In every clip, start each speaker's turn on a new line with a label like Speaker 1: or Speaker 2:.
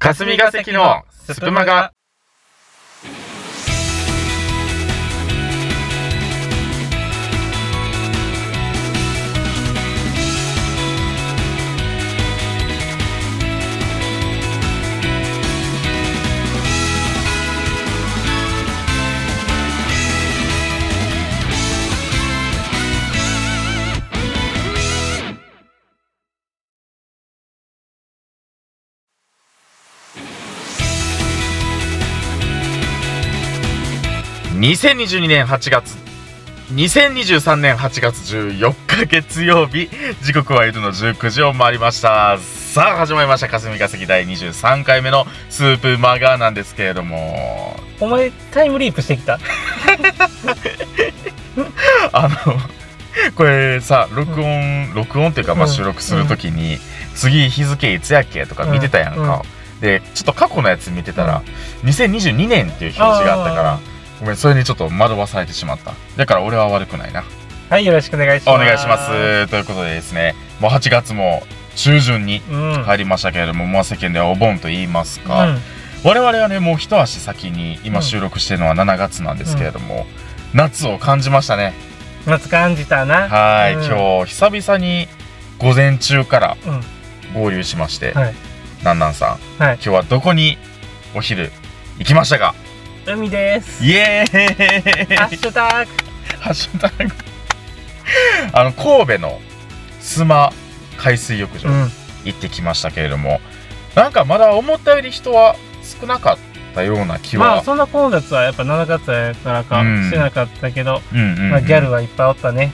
Speaker 1: 霞が関のスプマガ。2022年8月2023年8月14日月曜日時刻は夜の19時を回りましたさあ始まりました霞が関第23回目のスープマガーなんですけれども
Speaker 2: お前タイムリープしてきた
Speaker 1: あの これさ録音、録音っていうか、まあ、
Speaker 2: うん
Speaker 1: 収録するときに、次日付いつやっけとか見てたやんか、でちょっと過去のやつ見てたら2022年っていう表示があったから
Speaker 2: あ
Speaker 1: ごめんそれにちょっと惑わされてしまっただから俺は悪くないな
Speaker 2: はいよろしくお願いします
Speaker 1: お願いします。ということでですね、もう8月も中旬に
Speaker 2: うん、
Speaker 1: 入りましたけれども、まあ世間ではお盆と言います
Speaker 2: うん
Speaker 1: か、我々はね、もう一足先に
Speaker 2: う
Speaker 1: 今
Speaker 2: ん
Speaker 1: 収録してるのは7月なんですけれども、夏を感じましたね。
Speaker 2: 夏感じたな
Speaker 1: はい、
Speaker 2: うん
Speaker 1: 今日久々に午前中から
Speaker 2: うん
Speaker 1: 合流しまして、
Speaker 2: はい
Speaker 1: なんなんさん、
Speaker 2: はい
Speaker 1: 今日はどこにお昼行きましたか
Speaker 2: 海です
Speaker 1: イエーイ
Speaker 2: ハッシュタグ
Speaker 1: ハッシュタグあの神戸の須磨海水浴場
Speaker 2: うん
Speaker 1: 行ってきましたけれども、なんかまだ思ったより人は少なかったような気
Speaker 2: ま
Speaker 1: は、
Speaker 2: あそんな混雑はやっぱ7月やからか
Speaker 1: うん
Speaker 2: してなかったけど、
Speaker 1: うんうんうん
Speaker 2: まあ、ギャルはいっぱいおったね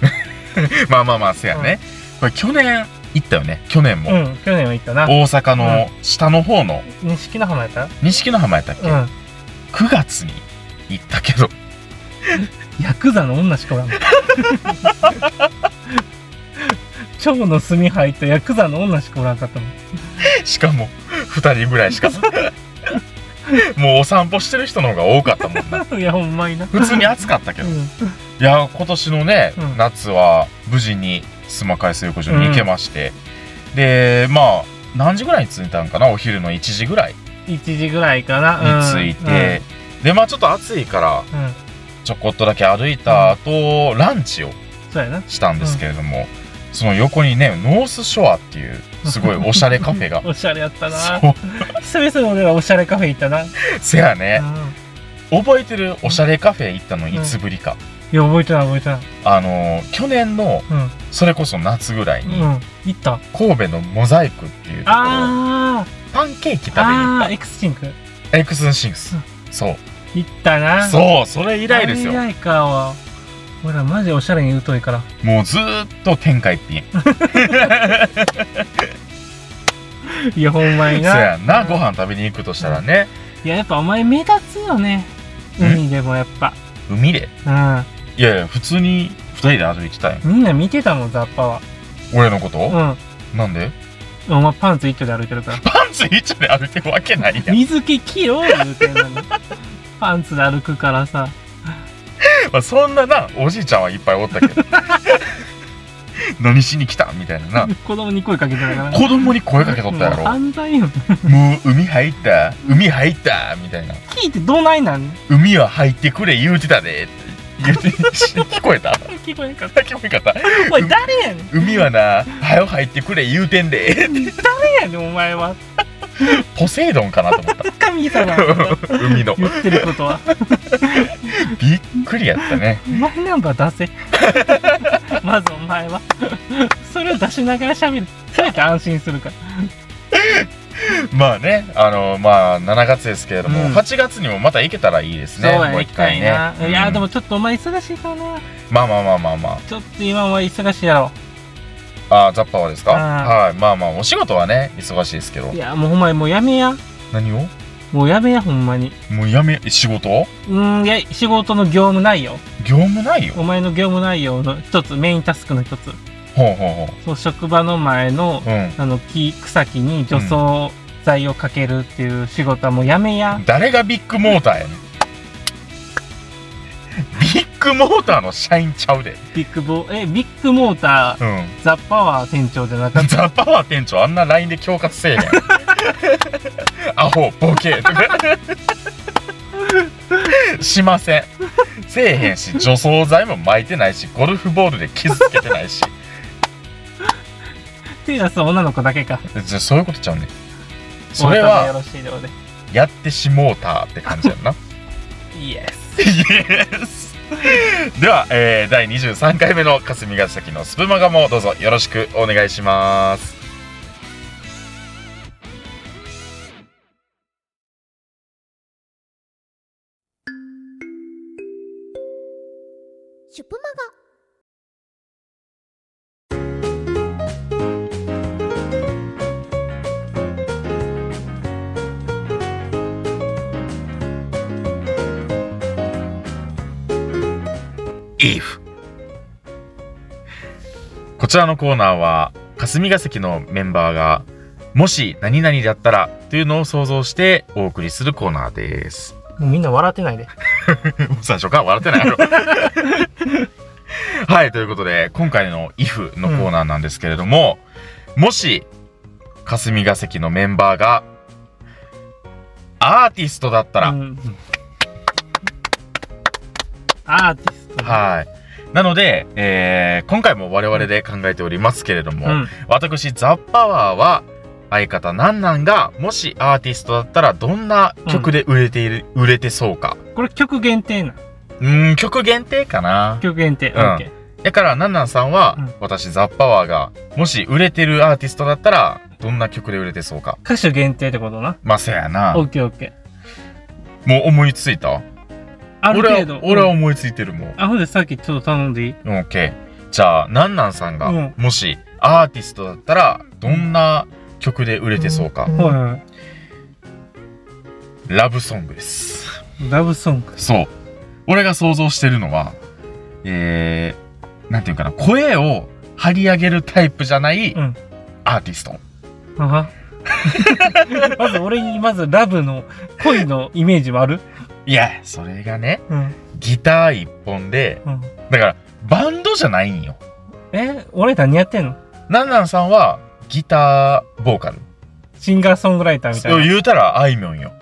Speaker 1: まあまあまあせやね、これ去年行ったよね去年も、
Speaker 2: うん去年は行ったな
Speaker 1: 大阪の下の方の
Speaker 2: 錦の浜やった
Speaker 1: 錦の浜やったっけ、
Speaker 2: うん
Speaker 1: 9月に行ったけど
Speaker 2: ヤクザの女しかおらん 蝶の墨入ったヤクザの女しかおらんかったもん
Speaker 1: しかも2人ぐらいしか もうお散歩してる人の方が多かったもんな
Speaker 2: いやほん まにな
Speaker 1: 普通に暑かったけ
Speaker 2: う
Speaker 1: ど
Speaker 2: ん
Speaker 1: いや今年のね、
Speaker 2: うん
Speaker 1: 夏は無事に須磨海水浴場に行けまして、でまあ何時ぐらいに着いたんかなお昼の1時ぐらいに
Speaker 2: 1時ぐらいかな
Speaker 1: 着いて、、でまあちょっと暑いから
Speaker 2: うんうんうん
Speaker 1: ちょこっとだけ歩いた後、ランチを
Speaker 2: そうやな
Speaker 1: したんですけれども、その横にねノースショアっていうすごいおしゃれカフェが
Speaker 2: おしゃれやったな
Speaker 1: そう
Speaker 2: 久々に俺らおしゃれカフェ行ったな、うん、い
Speaker 1: せやね覚えてるおしゃれカフェ行ったのいつぶりか、
Speaker 2: や覚えてない覚えてない
Speaker 1: あの去年のそれこそ夏ぐらい
Speaker 2: うん、う
Speaker 1: に、
Speaker 2: ん、行った
Speaker 1: 神戸のモザイクっていうところ
Speaker 2: あー
Speaker 1: パンケーキ食べに行っ
Speaker 2: あーエクスチンク
Speaker 1: たエクスンシンクス
Speaker 2: う
Speaker 1: そう
Speaker 2: 行ったなう
Speaker 1: そうそれ以来ですよ
Speaker 2: 以来かは俺らマジおしゃれに疎い から
Speaker 1: もうずーっと天下一品
Speaker 2: いやほんま
Speaker 1: そ
Speaker 2: にな
Speaker 1: やんなご飯食べに行くとしたらね
Speaker 2: いややっぱお前目立つよね
Speaker 1: うん
Speaker 2: 海でもやっぱ
Speaker 1: 海で
Speaker 2: う
Speaker 1: いやいや普通に2人で歩いてたよ
Speaker 2: んみんな見てたもん雑把は
Speaker 1: 俺のこと、
Speaker 2: う
Speaker 1: なんで
Speaker 2: んお前パンツ一丁で歩いてるから
Speaker 1: パンツ一丁で歩いてるわけないやん、
Speaker 2: 水着着よう言うてん のにパンツで歩くからさ
Speaker 1: まあ、そんななおじいちゃんはいっぱいおったけ ど何しに来たみたいなな
Speaker 2: 子供に声かけてたから
Speaker 1: 子供に声かけとったや
Speaker 2: もう
Speaker 1: ろ
Speaker 2: 犯罪よ
Speaker 1: もう海入った海入ったみたいな
Speaker 2: 聞いてどないなん
Speaker 1: 海は入ってくれ言うてたでって言うて聞こえた
Speaker 2: 聞こえんかっ
Speaker 1: 聞こえんかった
Speaker 2: たおい誰やねん
Speaker 1: 海はな、はよ入ってくれ言うてんで、
Speaker 2: 誰やねんお前は
Speaker 1: ポセイドンかなと思っ
Speaker 2: 神様
Speaker 1: た。海の。
Speaker 2: 言ってることは
Speaker 1: びっくりやったね。
Speaker 2: マイナンバー 出せまずお前はそれを出しながら喋るそれやって安心するから
Speaker 1: まあね、あの、まあ、7月ですけれども、
Speaker 2: うん
Speaker 1: 8月にもまた行けたらいいですね。
Speaker 2: そうや
Speaker 1: もう
Speaker 2: ね
Speaker 1: 一
Speaker 2: 行きた
Speaker 1: 回
Speaker 2: い
Speaker 1: ね
Speaker 2: な。いやで
Speaker 1: も。
Speaker 2: もちょっとお前忙しいからな
Speaker 1: まあまあまあまあま
Speaker 2: ちょっと今は忙しいやろ
Speaker 1: あ。あーザッパはですか
Speaker 2: あ
Speaker 1: はい。まあまあ、お仕事はね、忙しいですけど
Speaker 2: い。やもうお前もうやめや
Speaker 1: 何を
Speaker 2: もうやめやほんまに
Speaker 1: もうやめ、仕事
Speaker 2: うーんいや仕事の業務内容
Speaker 1: 業務ないよ。
Speaker 2: お前の業務内容の一つメインタスクの一つ
Speaker 1: ほうほうほ
Speaker 2: そう職場の前の
Speaker 1: う。うん。
Speaker 2: あの木草木に除草剤をかけるっていう仕事はもうやめや、
Speaker 1: 誰がビッグモーターやねん。ビッグモーターの社員ちゃうで。
Speaker 2: ビッグボえビッグモータ
Speaker 1: うん。
Speaker 2: ーザ・パワー店長じゃなかっ
Speaker 1: ザ・パワー店長あんな LINE で恐喝せえへんアホボケ とかしませんせえへんし除草剤も巻いてないしゴルフボールで傷つけてないし
Speaker 2: 手出す女の子だけか
Speaker 1: じゃそういうことちゃうねんそれ
Speaker 2: お頭よ
Speaker 1: は
Speaker 2: ろしいようで
Speaker 1: やってしもうたって感じやんな
Speaker 2: イエス
Speaker 1: イエスでは、えー、第23回目の霞ヶ関のスプマガもどうぞよろしくお願いします
Speaker 3: シュプマ
Speaker 1: イーフこちらのコーナーは霞が関のメンバーがもし何々だったらというのを想像してお送りするコーナーです。
Speaker 2: もうみんな笑ってないで
Speaker 1: 最初から笑ってないやろ はいということで今回の「IF」のコーナーなんですけれども、もし霞が関のメンバーがアーティストだったら、
Speaker 2: うんアーティスト
Speaker 1: はいなので、えー今回も我々で考えておりますけれども、
Speaker 2: うん
Speaker 1: 私ザ・パワーは相方なんなんがもしアーティストだったらどんな曲で売れている、売れてそうか
Speaker 2: これ曲限定なの
Speaker 1: うーん曲限定かな
Speaker 2: 曲限定、
Speaker 1: うん
Speaker 2: OK
Speaker 1: だからなんなんさんは、
Speaker 2: うん
Speaker 1: 私ザ・パワーがもし売れてるアーティストだったらどんな曲で売れてそうか
Speaker 2: 歌手限定ってことな
Speaker 1: まあせやな
Speaker 2: OKOK
Speaker 1: もう思いついた
Speaker 2: ある程
Speaker 1: 俺は
Speaker 2: 度
Speaker 1: 俺は
Speaker 2: うん
Speaker 1: 思いついてるもん、
Speaker 2: あほんでさっきちょっと頼んでいい
Speaker 1: オッケーじゃあなんなんさんが、
Speaker 2: うん
Speaker 1: もしアーティストだったらどんな曲で売れてそうか、
Speaker 2: はいは
Speaker 1: ラブソングです
Speaker 2: いラブソング
Speaker 1: そう。俺が想像してるのは、えー、なんていうかな、声を張り上げるタイプじゃない
Speaker 2: うん
Speaker 1: アーティスト。
Speaker 2: あは まず俺にまずラブの恋のイメージはある
Speaker 1: いや、それがね、
Speaker 2: うん、
Speaker 1: ギター一本で、
Speaker 2: うん、
Speaker 1: だから、バンドじゃないんよ。
Speaker 2: え俺何やってんの
Speaker 1: なんなんさんは、ギターボーカル。
Speaker 2: シンガーソングライターみた
Speaker 1: そう
Speaker 2: い
Speaker 1: 言うたら、あいみょんよ。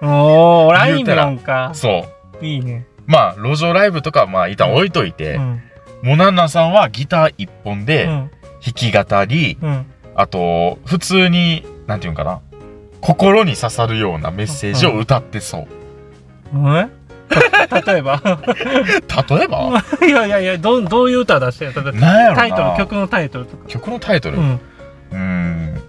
Speaker 2: なおお俺あ
Speaker 1: 言
Speaker 2: いうみ
Speaker 1: たら
Speaker 2: ょんか
Speaker 1: そう。
Speaker 2: いいね
Speaker 1: まあ、路上ライブとかは、まあ、一旦置いといて、
Speaker 2: うん
Speaker 1: もうなんなんさんはギター一本
Speaker 2: う
Speaker 1: で、
Speaker 2: ん
Speaker 1: 弾き語り、
Speaker 2: うん
Speaker 1: あと、普通に、なんていうんかな、心に刺さるようなメッセージを歌ってそう。
Speaker 2: え た例えば
Speaker 1: 例えば、
Speaker 2: いやいやいやどんどういう歌出してる例えば
Speaker 1: なんやろな
Speaker 2: タイトル曲のタイトルとか
Speaker 1: 曲のタイトル、
Speaker 2: う
Speaker 1: うんーん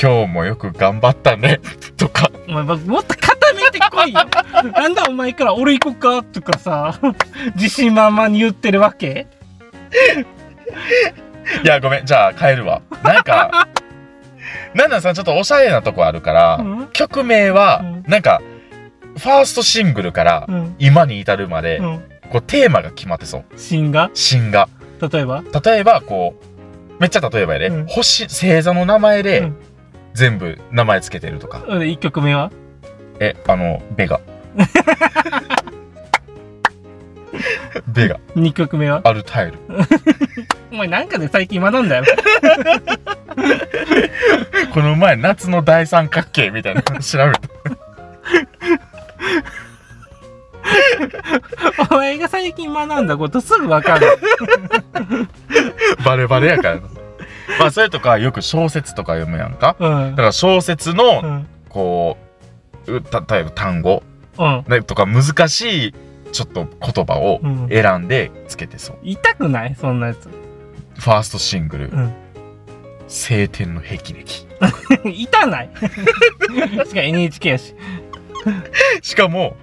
Speaker 1: 今日もよく頑張ったねとか
Speaker 2: お前まもっと固めてこいよ なんだお前から俺行こうかとかさ 自信満々に言ってるわけ
Speaker 1: いやごめんじゃあ変えるわなん かなんなんさんちょっとおしゃれなとこあるから、
Speaker 2: うん
Speaker 1: 曲名は、
Speaker 2: う
Speaker 1: なんかファーストシングルから
Speaker 2: うん
Speaker 1: 今に至るまで、
Speaker 2: うん
Speaker 1: こうテーマが決まってそう
Speaker 2: シンガ
Speaker 1: 新が
Speaker 2: ー例えば
Speaker 1: 例えばこうめっちゃ例えばやで、
Speaker 2: うん
Speaker 1: 星星座の名前で、
Speaker 2: うん
Speaker 1: 全部名前つけてるとか、
Speaker 2: 1曲目は
Speaker 1: えあのベ ガベガ
Speaker 2: 2曲目は
Speaker 1: アルタイル
Speaker 2: お前なんかで最近学んだよ
Speaker 1: この前夏の大三角形みたいなの調べた
Speaker 2: お前が最近学んだことすぐわか る
Speaker 1: バレバレやから なまあそれとかよく小説とか読むやんか
Speaker 2: うん
Speaker 1: だから小説
Speaker 2: う
Speaker 1: の
Speaker 2: ん
Speaker 1: こううた例えば単語
Speaker 2: うん
Speaker 1: ねとか難しいちょっと言葉を
Speaker 2: うん
Speaker 1: 選んでつけてそう
Speaker 2: 痛くないそんなやつ
Speaker 1: ファーストシングル
Speaker 2: うん
Speaker 1: 「晴天の霹靂
Speaker 2: 痛ない 確か NHK やし」
Speaker 1: しかも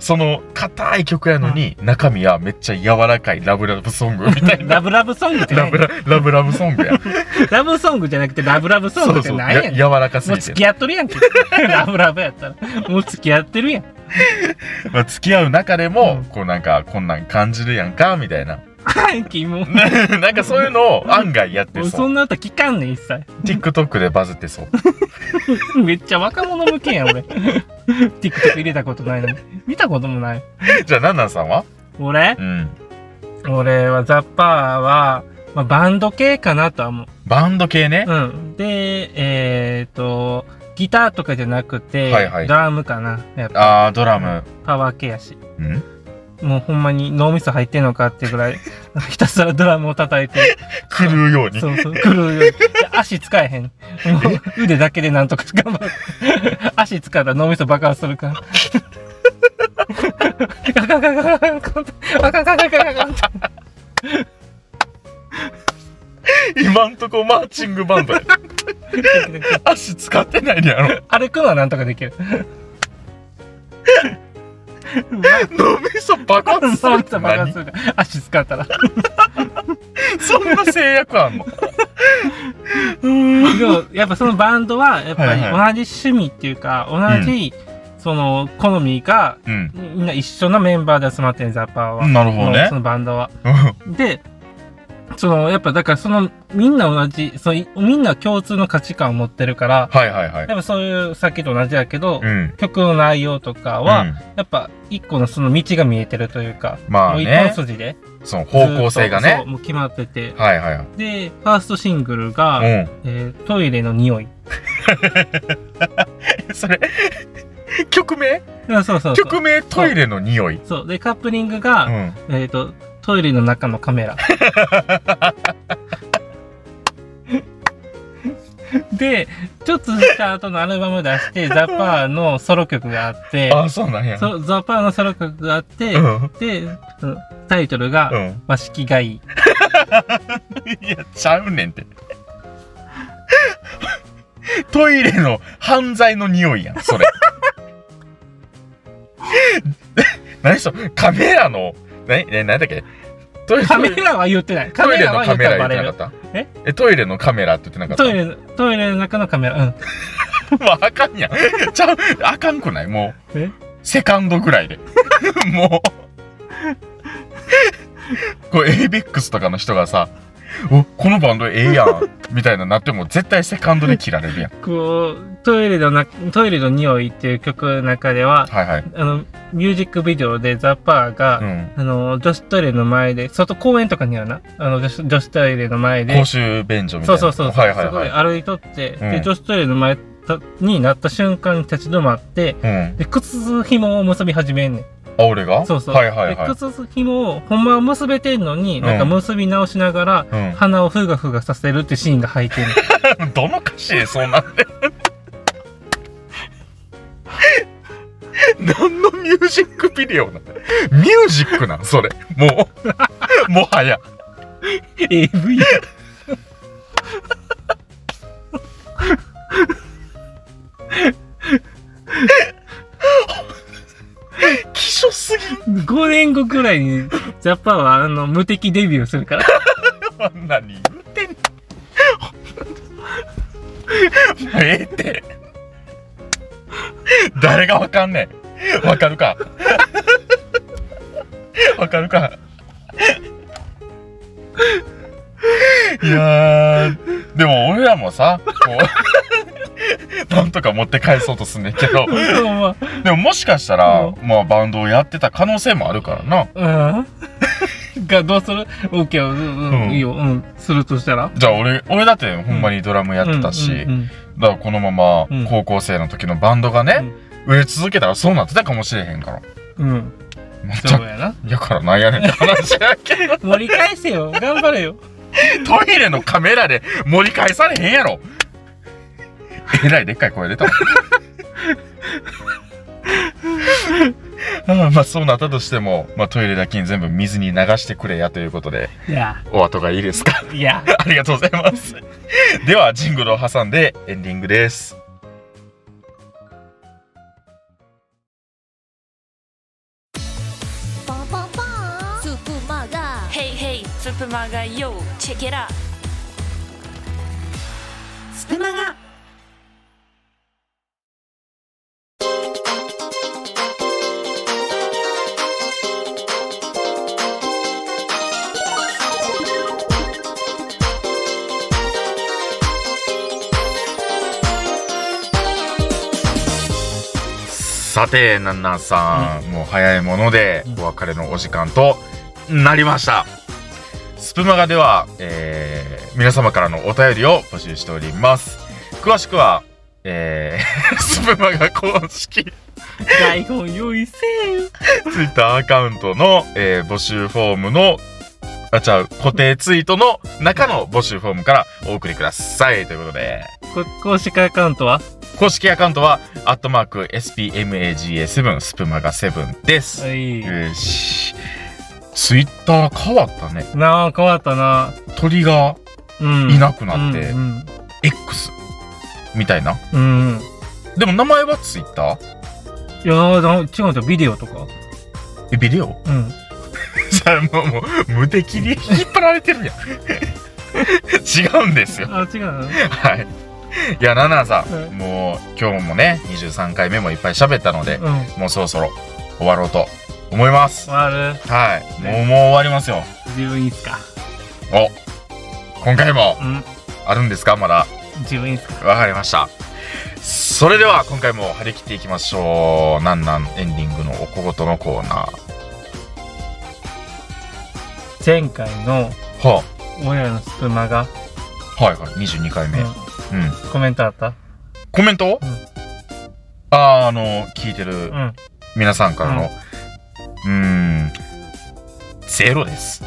Speaker 1: その硬い曲やのに中身はめっちゃ柔らかいラブラブソングみた いな
Speaker 2: ラブラブソングって
Speaker 1: ラ
Speaker 2: 何
Speaker 1: ブララブラブソング や。
Speaker 2: ラブソングじゃなくてラブラブソングって何やねん
Speaker 1: や柔らかす
Speaker 2: もう
Speaker 1: ぎ
Speaker 2: 付
Speaker 1: て。
Speaker 2: き合っとるやんけ ラブラブやったらもう付き合ってるやん
Speaker 1: まあ付き合う中でも、
Speaker 2: うん
Speaker 1: こうなんかこんなん感じるやんかみたいな。
Speaker 2: キモも
Speaker 1: なんかそういうのを案外やって
Speaker 2: う
Speaker 1: そ
Speaker 2: そ。
Speaker 1: うん
Speaker 2: な歌聞かんねん一切
Speaker 1: TikTok でバズってそう。
Speaker 2: めっちゃ若者向けやん 俺 TikTok 入れたことないのに見たこともない
Speaker 1: じゃあなんなんさんは？
Speaker 2: 俺
Speaker 1: うん。
Speaker 2: 俺はザッパーはまあ、バンド系かなとは思う。
Speaker 1: バンド系ね。
Speaker 2: うん。で、えっ、と、ギターとかじゃなくて、
Speaker 1: はいはい
Speaker 2: ドラムかな。やっぱ
Speaker 1: ああ、ドラム。
Speaker 2: パワー系やし。
Speaker 1: ん
Speaker 2: もうほんまに脳みそ入ってんのかってぐらい、ひたすらドラムを叩いて、
Speaker 1: 狂うように。
Speaker 2: そうそう、狂うように。で足使えへん。もう腕だけでなんとか頑張る。足使ったら脳みそ爆発するから。ガガガガガガガガガガガガガガ
Speaker 1: 今んとこマーチングバンドや。足使ってないのやろ。
Speaker 2: 歩くのはなんとかできる。
Speaker 1: 脳みそ爆
Speaker 2: 脳
Speaker 1: 発
Speaker 2: み
Speaker 1: するって
Speaker 2: そ 爆
Speaker 1: 何
Speaker 2: 発するから。足使ったら。
Speaker 1: そんな制約あんの
Speaker 2: でもやっぱそのバンドはやっぱり
Speaker 1: はい
Speaker 2: 同じ趣味っていうか同じその好みが
Speaker 1: うん。
Speaker 2: みんな一緒のメンバーで集まってるザッパーは、
Speaker 1: なるほどね
Speaker 2: そ。のバンドは。
Speaker 1: うん
Speaker 2: でそのやっぱだからそのみんな同じそのいみんな共通の価値観を持ってるから
Speaker 1: はいはいはい
Speaker 2: や。っぱそういうさっきと同じだけど、
Speaker 1: うん。
Speaker 2: 曲の内容とかは、
Speaker 1: うん
Speaker 2: やっぱ一個のその道が見えてるというか、
Speaker 1: まあ
Speaker 2: もう一本
Speaker 1: ね。
Speaker 2: 筋で
Speaker 1: その方向性が
Speaker 2: ずっとそう
Speaker 1: ね。
Speaker 2: もう決まってて
Speaker 1: はいはいはい。
Speaker 2: でファーストシングルが、
Speaker 1: う
Speaker 2: えートイレの匂い」
Speaker 1: ん。 それ、曲名
Speaker 2: うんそうそうそう
Speaker 1: 曲名トイレの匂い。
Speaker 2: そう。で、カップリング
Speaker 1: う
Speaker 2: が、
Speaker 1: ん。
Speaker 2: えっ、と、トイレの中のカメ ラ。で、ちょっとした後のアルバム出 して、ザ・パーのソロ曲があって、
Speaker 1: ああ、そうなんや。
Speaker 2: そザ・パーのソロ曲があって、
Speaker 1: うん。
Speaker 2: で、うんタイトルが、
Speaker 1: うん。
Speaker 2: 和式がいい。
Speaker 1: いや、ちゃうねんって。トイレの犯罪の匂いやん、それ。 何それカメラの、何、何何だっけトイレ
Speaker 2: カメラは言ってない。カ
Speaker 1: トイ
Speaker 2: メ
Speaker 1: レ
Speaker 2: ラ
Speaker 1: の
Speaker 2: は
Speaker 1: カ
Speaker 2: 言
Speaker 1: メ
Speaker 2: ったら
Speaker 1: ラ
Speaker 2: バ
Speaker 1: 言
Speaker 2: レ
Speaker 1: ってな
Speaker 2: る。
Speaker 1: かった
Speaker 2: え
Speaker 1: えトイレのカメラって言ってなかった
Speaker 2: トイレ、トイレの中のカメラ。うん。
Speaker 1: もうあかんやん。ちゃう、あかんくないもう。
Speaker 2: え
Speaker 1: セカンドぐらいで。 もう。これ、エイベックスとかの人がさ、おこのバンドええやん、みたいななっても絶対セカンドで切られるやん。
Speaker 2: こう、トイレのな、トイレの匂いっていう曲の中では、
Speaker 1: はいはい。
Speaker 2: あの、ミュージックビデオでザ・パーが、
Speaker 1: うん。
Speaker 2: あの、女子トイレの前で、外公園とかにはな、あの、女子女子トイレの前で
Speaker 1: 公、衆便所みた
Speaker 2: そ
Speaker 1: いうな。
Speaker 2: そうそう、
Speaker 1: はいはい
Speaker 2: すご
Speaker 1: はいい。
Speaker 2: 歩いとって、
Speaker 1: う
Speaker 2: で、
Speaker 1: ん
Speaker 2: 女子トイレの前たになった瞬間に立ち止まって、
Speaker 1: うん。
Speaker 2: で、靴紐を結び始めんねん。
Speaker 1: あ、俺が
Speaker 2: そうそう。
Speaker 1: はいはいはい
Speaker 2: で、。靴紐を、ほんまは結べてんのに、なんか
Speaker 1: うん
Speaker 2: 結び直しながら、
Speaker 1: う
Speaker 2: 鼻をふがふがさせるってシーンが入ってる。
Speaker 1: ん。どの歌詞でそうなん で。何のミュージックビデオなんだミュージックなんそれ。も う。もはや。
Speaker 2: AV
Speaker 1: 希少すぎ
Speaker 2: 5年後くらいに、ジャパンは、あの、無敵デビューする から。
Speaker 1: あんなに言うてんのもうええって誰がわかんねんわかるかわかるかいやーでも俺らもさこうなんとか持って返そうとすんねんけど
Speaker 2: ほん
Speaker 1: でももしかしたら、まあバンドをやってた可能性もあるからな
Speaker 2: ま。うん。が、どうする ?OK、うん、う
Speaker 1: うん
Speaker 2: ん、いいよ、うん。するとしたら
Speaker 1: じゃあ俺俺だってほんまにドラムやってたし、
Speaker 2: うんうん
Speaker 1: だからこのまま
Speaker 2: うん
Speaker 1: 高校生の時のバンドがね、売れ続けたらそうなってたかもしれへんから。
Speaker 2: うんうん、
Speaker 1: まっち
Speaker 2: そ
Speaker 1: ゃ
Speaker 2: う
Speaker 1: く
Speaker 2: やな。
Speaker 1: やからなんやねんって話やけ ど
Speaker 2: 盛り返せよ。頑張れよ。
Speaker 1: トイレのカメラで盛り返されへんやろえらいでっかい声 出たわああまあそうなったとしても、まあ、トイレだけに全部水に流してくれやということで
Speaker 2: いや、
Speaker 1: お後がいいですか
Speaker 2: いや。
Speaker 1: ありがとうございますではジングルを挟んでエンディングです
Speaker 3: パンパンパンスープマガ
Speaker 4: ヘイヘイスプマガヨーチェケラ
Speaker 3: スプマガ
Speaker 1: さて、なんなんさん、もう早いもので、お別れのお時間となりました。スプマガでは、えー皆様からのお便りを募集しております。詳しくは、えー スプマガ公式
Speaker 2: 台本用意せえよ。
Speaker 1: ツイッターアカウントの、えー募集フォームの、あ、ちゃう、固定ツイートの中の募集フォームからお送りください。ということで、
Speaker 2: こ公式アカウントは
Speaker 1: 公式アカウントは、アットマーク、spmaga7、スプマガ7です。
Speaker 2: い
Speaker 1: よし。ツイッター変わったね。
Speaker 2: なあ、変わったな。
Speaker 1: 鳥が
Speaker 2: うん。
Speaker 1: いなくなって、
Speaker 2: うん。
Speaker 1: X みたいな。
Speaker 2: うん。うん
Speaker 1: でも名前はツイッター
Speaker 2: いやーな、違うんだよ、ビデオとか。
Speaker 1: え、ビデオ
Speaker 2: うん。
Speaker 1: さあ、もう、もう、無敵に引っ張られてるや ん。違うんですよ。
Speaker 2: あ、違うの
Speaker 1: はい。いや、ナナさん、
Speaker 2: はい
Speaker 1: もう今日もね、23回目もいっぱい喋ったので、
Speaker 2: うん。
Speaker 1: もうそろそろ終わろうと思います。
Speaker 2: 終わる
Speaker 1: はい。も
Speaker 2: ね
Speaker 1: うもう終わりますよ。
Speaker 2: 自分いいっすか。
Speaker 1: お今回も
Speaker 2: うん。
Speaker 1: あるんですかまだ。
Speaker 2: 自分いいっすか。
Speaker 1: わかりました。それでは今回も張り切っていきましょう。なんなんエンディングのお小言のコーナー。
Speaker 2: 前回の
Speaker 1: は
Speaker 2: 俺らのスプマが、
Speaker 1: あ、はいはい、22回目。うん。
Speaker 2: うんコメントあった
Speaker 1: コメント、
Speaker 2: うん
Speaker 1: あー、あの、聞いてる
Speaker 2: うん。
Speaker 1: 皆さんからの、うーん、ゼロです。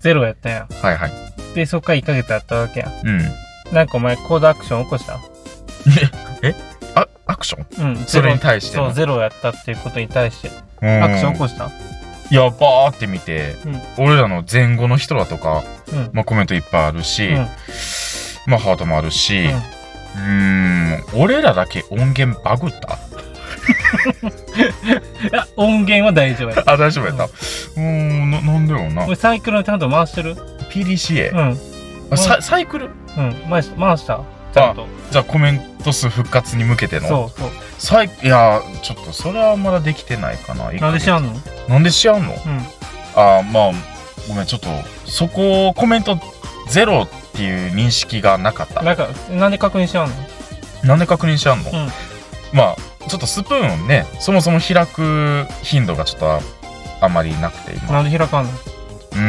Speaker 2: ゼロやったや
Speaker 1: はいはい。
Speaker 2: ん。で、そっから1ヶ月あったわけや
Speaker 1: うん。
Speaker 2: ん。なんかお前、コードアクション起こした
Speaker 1: あ、アクション
Speaker 2: うん。
Speaker 1: そ
Speaker 2: ゼロ
Speaker 1: れに対して
Speaker 2: そう、
Speaker 1: の。
Speaker 2: ゼロやったっていうことに対して。
Speaker 1: うん
Speaker 2: アクション起こした
Speaker 1: いや、バーって見て、俺らの前後の人だとか、
Speaker 2: うん。うん。
Speaker 1: まあ、コメントいっぱいあるし、
Speaker 2: うん
Speaker 1: まあ、ハートもあるし、うーん、俺らだけ音源バグった
Speaker 2: いや、音源は大丈 夫や。
Speaker 1: あ、大丈夫やった。うーん、ななんだろうな
Speaker 2: 俺。サイクルのちゃんと回してる
Speaker 1: PDCA
Speaker 2: う。ん。うん。
Speaker 1: あササイクル
Speaker 2: 回し回したちゃんと。
Speaker 1: じゃあコメント数復活に向けての。
Speaker 2: そうそう。
Speaker 1: サイいや、ちょっとそれはまだできてないかな。
Speaker 2: なんでしや
Speaker 1: ん
Speaker 2: んのうん。
Speaker 1: なんでしやんのあーまあごめんちょっとそこコメントゼロっていう認識がなかった
Speaker 2: なんか、なんで確認しやんの
Speaker 1: なんで確認しちゃうの、
Speaker 2: うん
Speaker 1: まあちょっとスプーンをねそもそも開く頻度がちょっとああまりなくて今う
Speaker 2: なんで開かんの
Speaker 1: ー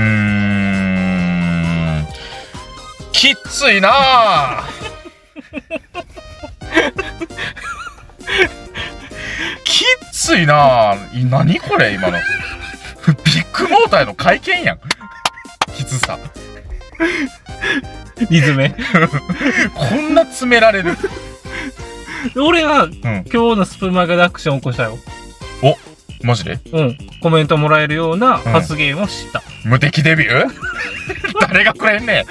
Speaker 1: んきっついなあきっついなあい何これ今のビッグモーターへの会見やんきつさ
Speaker 2: リズム。
Speaker 1: こんな詰められる。
Speaker 2: 俺は、
Speaker 1: うん。
Speaker 2: 今日のスプマガでアクション起こしたよ。
Speaker 1: マジで
Speaker 2: うん。コメントもらえるような発言をした。
Speaker 1: 無敵デビュー 誰がくれんね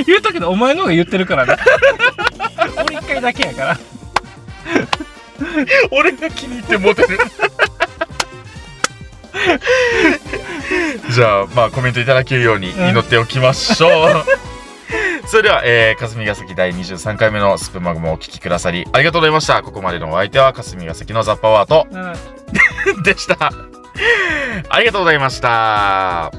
Speaker 1: ん。
Speaker 2: 言ったけど、お前の方が言ってるからね。俺一回だけやから。
Speaker 1: 俺が気に入ってモテる。じゃあ、まあコメントいただけるように祈っておきましょう。それでは、えー、霞ヶ関第23回目のスプマグもお聞きくださりありがとうございました。ここまでのお相手は霞ヶ関のザッパワーと
Speaker 2: なら
Speaker 1: でした。ありがとうございました。